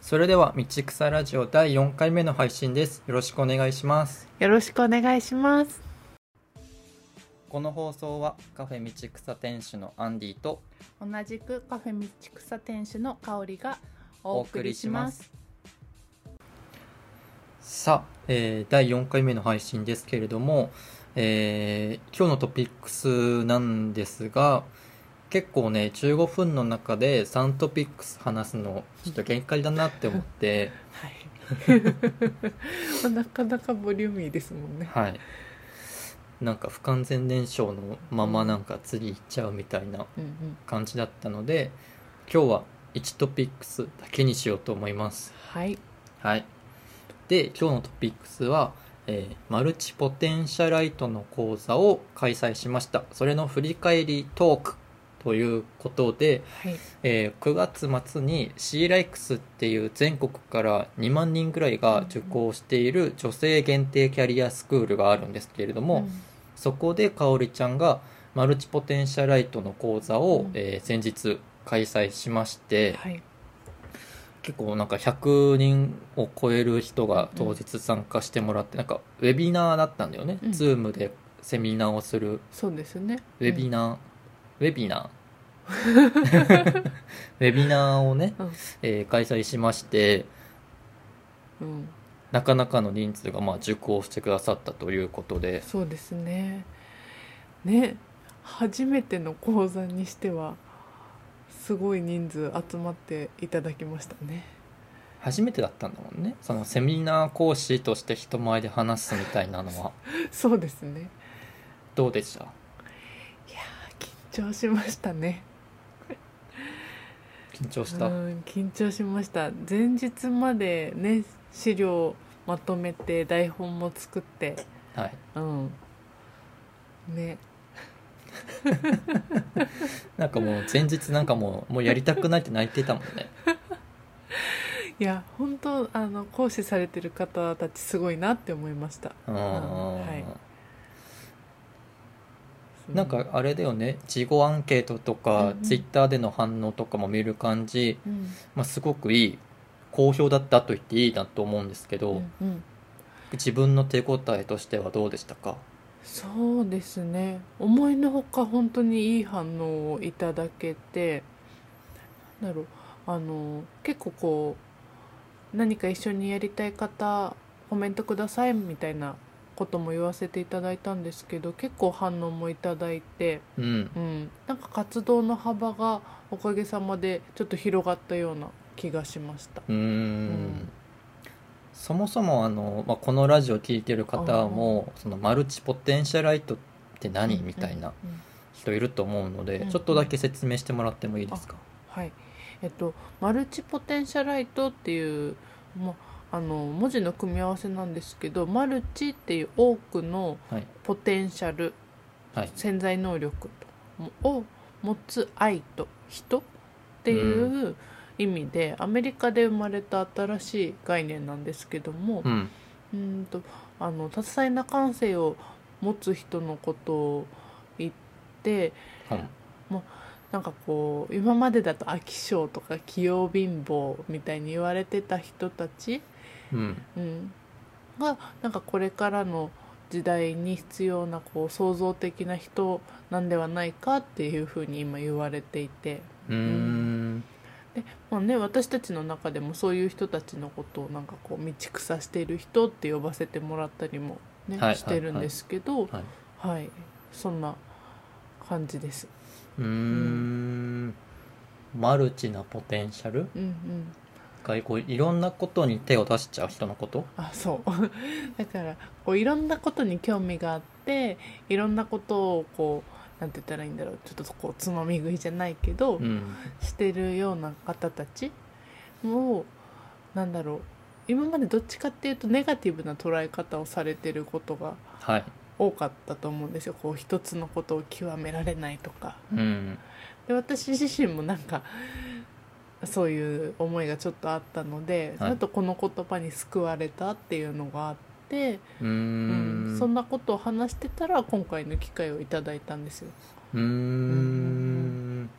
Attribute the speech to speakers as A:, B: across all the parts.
A: それでは道草ラジオ第4回目の配信ですよろしくお願いします
B: よろしくお願いします。
A: この放送はカフェ道草店主のアンディと
B: 同じくカフェ道草店主の香りが
A: お送りします。さあ、えー第4回目の配信ですけれども、えー今日のトピックスなんですが結構ね15分の中で3トピックス話すのちょっと限界だなって思 って。
B: はい。なかなかボリューミーですもんね。
A: はい、なんか不完全燃焼のままなんか次行っちゃうみたいな
B: うんうん。
A: 感じだったので今日は1トピックスだけにしようと思います
B: はい。
A: はいで今日のトピックスは、えーマルチポテンシャライトの講座を開催しましたそれの振り返りトークということで、
B: はい。
A: えー9月末に c ライクスっていう全国から2万人ぐらいが受講している女性限定キャリアスクールがあるんですけれども、そこで香織ちゃんがマルチポテンシャライトの講座を、
B: うん
A: えー先日開催しまして、
B: はい。
A: 結構なんか100人を超える人が当日参加してもらって、なんかウェビナーだったんだよね、
B: うん
A: Zoom でセミナーをする
B: そうですね。
A: ウェビナー、ウェビ ナーウェビナーをね、
B: うん
A: えー開催しまして
B: うん。うん。
A: なかなかの人数がまあ受講してくださったということで
B: そうですね。ね。初めての講座にしては。すごい人数集まっていただきましたね。
A: 初めてだったんだもんねそのセミナー講師として人前で話すみたいなのは
B: そうですね。
A: どうでした
B: いやー、緊張しましたね。
A: 緊張した、
B: うん緊張しました前日までね資料まとめて台本も作って
A: はい
B: うんね
A: なんかもう前日なんかもうもうやりたくないって泣いてたもん ね
B: いや本当あの講師されてる方たちすごいなって思いました
A: うん、
B: は
A: なんかあれだよね事後アンケートと
B: うん
A: か、
B: うん
A: ツイッターでの反応とかも見る感じ、
B: うん
A: まあ、すごくいい好評だったと言っていいなと思うんですけど、
B: うんうん
A: 自分の手応えとしてはどうでしたか
B: そうですね思いのほか本当にいい反応をいただけてなんだろうあの結構こう何か一緒にやりたい方コメントくださいみたいなことも言わせていただいたんですけど結構反応もいただいて、
A: うん
B: うん、なんか活動の幅がおかげさまでちょっと広がったような気がしました。
A: うーん
B: ん
A: そもそもあの、まあ、このラジオ聞いてる方もそのマルチポテンシャライトって何みたいな
B: うん、うん
A: 人いると思うので、
B: うん
A: ちょっとだけ説明してもらってもいいですか、
B: はいえっと、マルチポテンシャライトっていう、ま、あの文字の組み合わせなんですけどマルチっていう多くの
A: はい
B: ポテンシャル
A: はい
B: 潜在能力とを持つ愛と人っていう意味で、アメリカで生まれた新しい概念なんですけども
A: う、ん
B: うんとあの多彩な感性を持つ人のことを言って、
A: はい
B: なんかこう今までだと飽き性とか器用貧乏みたいに言われてた人たち、
A: うん
B: うん、がなんかこれからの時代に必要なこう創造的な人なんではないかっていうふうに今言われていて、
A: うーん
B: まあね、私たちの中でもそういう人たちのことをなんかこう道草している人って呼ばせてもらったりも、ね
A: はい
B: してるんですけど、
A: はい
B: はい、そんな感じです。
A: うーんマルチなポテンシャル
B: うんうん
A: がこういろんなことに手を出しちゃう人のこと
B: あそう だからこういろんなことに興味があっていろんなことをこうなんて言ったらいいんだろうちょっとこうつまみ食いじゃないけど、
A: うん
B: してるような方たちをなんだろう今までどっちかっていうとネガティブな捉え方をされてることが
A: はい
B: 多かったと思うんですよこう一つのことを極められないとか
A: うん
B: で私自身もなんかそういう思いがちょっとあったので、
A: はい
B: あとこの言葉に救われたっていうのがあって、
A: うー
B: うん
A: ん
B: そんなことを話してたら今回の機会をいただいたんですよ。
A: うーん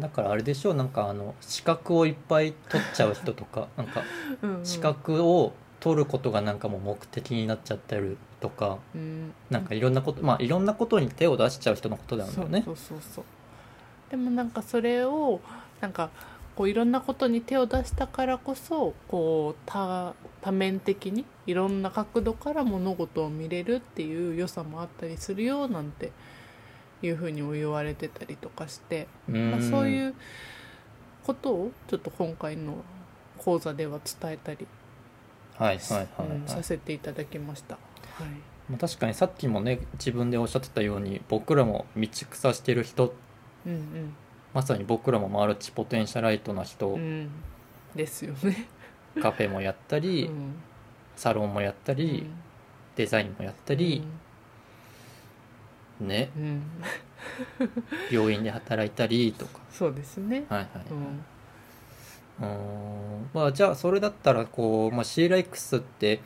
A: だからあれでしょうなんかあの資格をいっぱい取っちゃう人と かなんか
B: うんうん
A: 資格を取ることがなんかもう目的になっちゃってるとか
B: うん
A: なんかいろんなことまあいろんなことに手を出しちゃう人のことだよね
B: そうそうそうそうでもなんかそれをなんかこういろんなことに手を出したからこそこう多多面的にいろんな角度から物事を見れるっていう良さもあったりするよなんていうふうにも言われてたりとかして、
A: う
B: まあ、
A: ん
B: そういうことをちょっと今回の講座では伝えたり、
A: はいはいはい、はい
B: うんさせていただきました。はい
A: まあ確かにさっきもね自分でおっしゃってたように僕らも道草してる人
B: うん
A: まさに僕らもマルチポテンシャライトな
B: う
A: 人
B: んう、ん、ですよね。
A: カフェもやったり、
B: うん
A: サロンもやったり、
B: うん
A: デザインもやったり、ね
B: うんうん、
A: 病院で働いたりとか
B: そうですね、
A: はいはい、
B: うん
A: うーんまあじゃあそれだったらこう、まあ、CLX って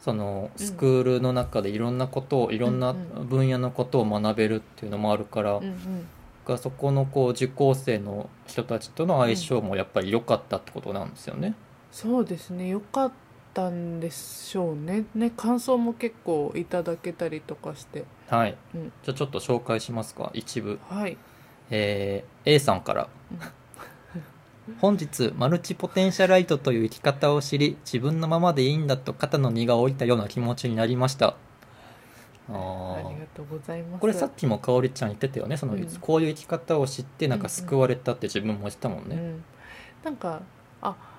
A: その
B: うん
A: スクールの中でいろんなことを、いろんな
B: うんう
A: 分野のことを学べるっていうのもあるから、
B: うんうん、
A: がそこのこう受講生の人たちとの相性もやっぱり良かったってことなんですよね。
B: そうですねよかったんでしょうねね感想も結構いただけたりとかして
A: はい、
B: うん
A: じゃあちょっと紹介しますか一部、
B: はい
A: えー A さんから「本日マルチポテンシャライトという生き方を知り自分のままでいいんだと肩の荷が下りたような気持ちになりました」あ
B: あ
A: ー
B: りがとうございます
A: これさっきもかおりちゃん言ってたよねその、
B: うん
A: こういう生き方を知ってなんか救われたって自分も言ってたもん
B: う
A: ね、
B: ん、なんかあ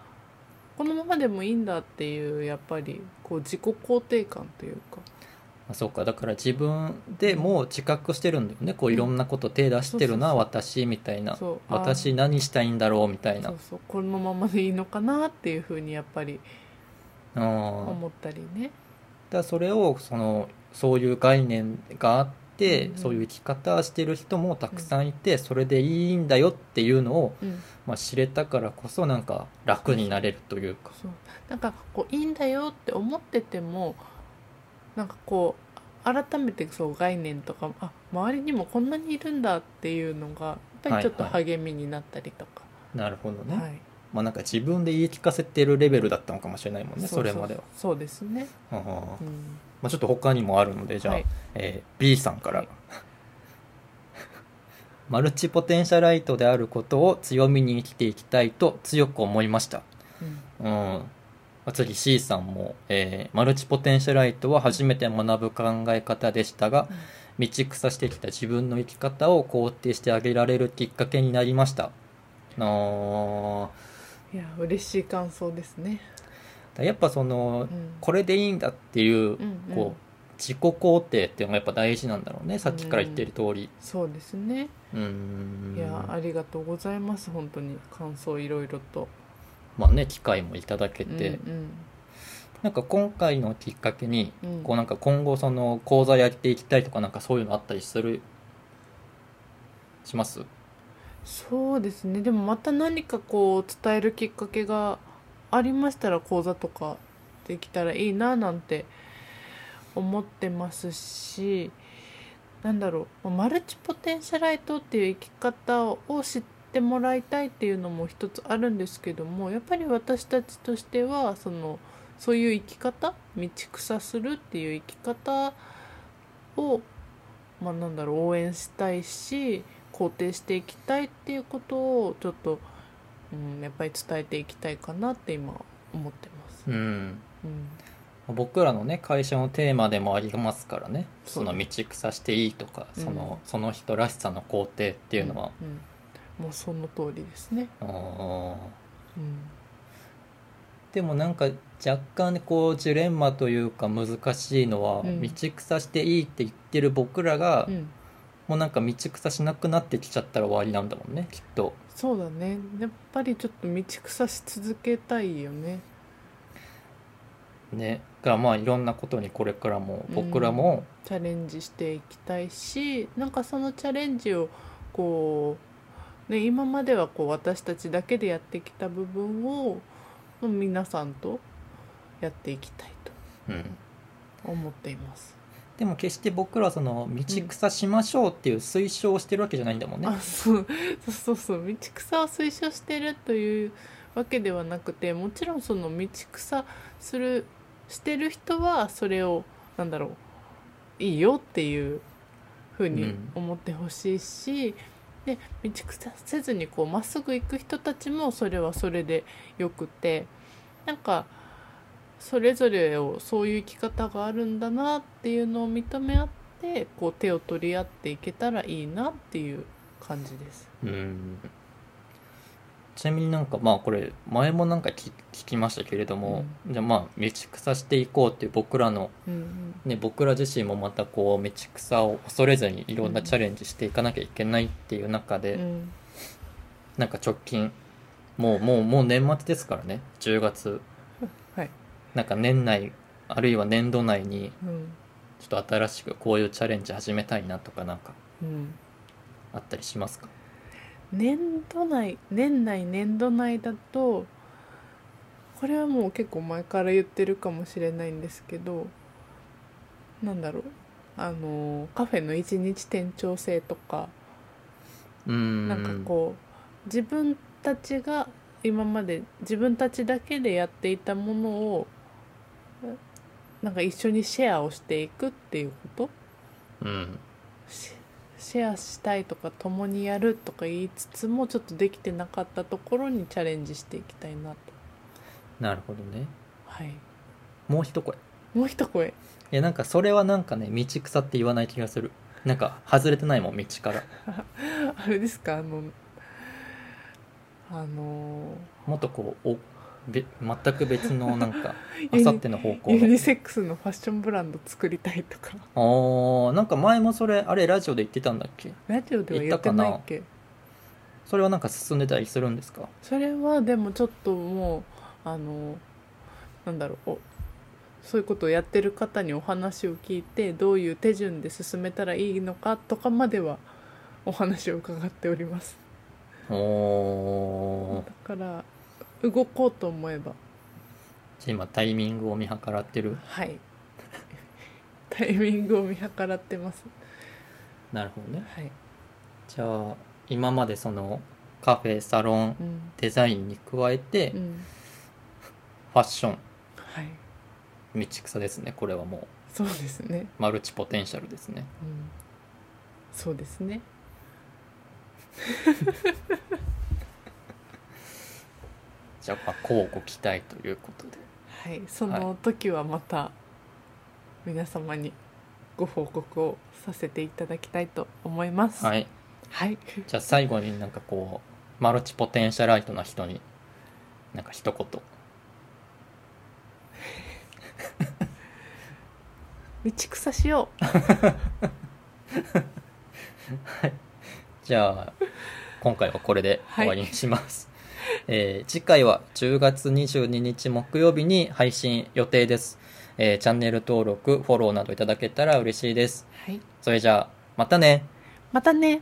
B: このままでもいいんだっていうやっぱりこう自己肯定感というか
A: あそうかだから自分でも自覚してるんだよねこういろんなこと手出してるな、
B: そうそう
A: 私みたいな
B: そうあ
A: 私何したいんだろうみたいな
B: そうそうこのままでいいのかなっていうふうにやっぱり
A: うん
B: 思ったりね、
A: だからそれをそのそういう概念があって、
B: うん
A: そういう生き方してる人もたくさんいて、それでいいんだよっていうのを、
B: うん、
A: まあ、知れたからこそなんか楽になれるというか
B: そうなんかこういいんだよって思っててもなんかこう改めてそう概念とかあ周りにもこんなにいるんだっていうのがやっぱりちょっと
A: はいは
B: 励みになったりとか、
A: なるほど
B: は
A: ね、
B: い
A: まあなんか自分で言い聞かせてるレベルだったのかもしれないもんねそれまでは
B: そうですね、
A: うんうんうんま
B: うん、
A: あ、ちょっと他にもあるのでじゃあ、
B: はい
A: えー B さんから、
B: はい
A: マルチポテンシャライトであることを強みに生きていきたいと強く思いました
B: うん
A: うんまあ次 C さんも、えーマルチポテンシャライトは初めて学ぶ考え方でしたが道草してきた自分の生き方を肯定してあげられるきっかけになりましたあー
B: いや嬉しい感想ですね、
A: やっぱその
B: うん、
A: これでいいんだっていう
B: うんうん
A: こう自己肯定っていうのがやっぱ大事なんだろうねさっきから言ってる通り
B: そうですね
A: うーん
B: いやありがとうございます本当に感想いろいろと、
A: まあね機会もいただけ
B: うん
A: て、なんか今回のきっかけに
B: うんうん、
A: こうなんか今後その講座やっていきたいとかなんかそういうのあったりするします
B: そうですねでもまた何かこう伝えるきっかけがありましたら講座とかできたらいいななんて思ってますしなんだろうマルチポテンシャライトっていう生き方を知ってもらいたいっていうのも一つあるんですけどもやっぱり私たちとしてはそのそういう生き方道草するっていう生き方を、まあ、なんだろう応援したいし肯定していきたいっていうことをちょっと、うん、やっぱり伝えていきたいかなって今思ってます。
A: うん
B: うん
A: 僕らのね会社のテーマでもありますからね
B: そ
A: そうの道草していいとか
B: うん
A: その,、その人らしさの肯定っていうのは、
B: うんうんもうその通りですね。
A: うん
B: うん
A: でもなんか若干こうジレンマというか難しいのは、
B: うん
A: 道草していいって言ってる僕らが、
B: うん、
A: もうなんか道草しなくなってきちゃったら終わりなんだもんねきっと
B: そうだねやっぱりちょっと道草し続けたいよね。
A: ねがまあいろんなことにこれからも僕らも、
B: チャレンジしていきたいしなんかそのチャレンジをこう、ね、今まではこう私たちだけでやってきた部分をまあ皆さんとやっていきたいと
A: うん
B: 思っています。
A: でも決して僕らはその道草しましょうっていう推奨をしてるわけじゃないんだもんね、
B: あそうそうそうそう道草を推奨してるというわけではなくてもちろんその道草するしてる人はそれをなんだろういいよっていうふう
A: う
B: に
A: ん
B: 思ってほしいし、で道草せずにこうまっすぐ行く人たちもそれはそれでよくてなんかそれぞれをそういう生き方があるんだなっていうのを認め合ってこう手を取り合っていけたらいいなっていう感じです。
A: うんちなみになんかまあこれ前もなんか聞聞きましたけれども、じゃあまあ道草していこうっていう僕らの
B: うんうん
A: ね、僕ら自身もまたこう道草を恐れずにいろんなチャレンジしていかなきゃいけないっていう中で、
B: うん
A: なんか直近もうもうもう年末ですからね10月
B: はい
A: なんか年内あるいは年度内に
B: うん
A: ちょっと新しくこういうチャレンジ始めたいなとかなんか
B: うん
A: あったりしますか
B: 年度内年内年度内だとこれはもう結構前から言ってるかもしれないんですけどなんだろうあのカフェの一日店長制とか
A: うーん
B: なんかこう自分たちが今まで自分たちだけでやっていたものをなんか一緒にシェアをしていくっていうこと
A: う、ん、
B: シシェアしたいとか共にやるとか言いつつもちょっとできてなかったところにチャレンジしていきたいなと
A: なるほどね
B: はい
A: もう一声い
B: もう一声
A: やなんかそれはなんかね道草って言わない気がするなんか外れてないもん道から
B: あれですかあのあの
A: もっとこうおべ全く別のなん かあ
B: ユニ
A: さっての方向
B: ユ
A: の
B: ニセックスのファッションブランド作りたいとか
A: あーなんか前もそれあれラジオで言ってたんだっけ
B: ラジオでは
A: 言
B: 言
A: っ
B: ったて
A: かな
B: ないっけ
A: それはなんか進んでたりするんですか
B: それはでもちょっともうあのなんだろうおそういうことをやってる方にお話を聞いてどういう手順で進めたらいいのかとかまではお話を伺っております
A: おー
B: だから動こうと思えば
A: じゃあ今タイミングを見計らってる
B: はい タイミングを見計らってます
A: なるほどね
B: はい、
A: じゃあ今までそのカフェサロン
B: うん
A: デザインに加えて
B: う
A: フ
B: ん、
A: ァッショ
B: はい
A: ン道草ですねこれはもう
B: そうですね、
A: マルチポテンシャルですね
B: うん、そうですね
A: じゃあまあ乞うご期待ということで
B: はい、その時はまた皆様にご報告をさせていただきたいと思います。、
A: はいい
B: はい、
A: じゃあ最後になんかこうマルチポテンシャライトな人になんか一言
B: 道草しよう。
A: じゃあ今回はこれで終わりにします、 えー次回は10月22日木曜日に配信予定です、えーチャンネル登録フォローなどいただけたら嬉しいです
B: はい、
A: それじゃあまたね
B: またね。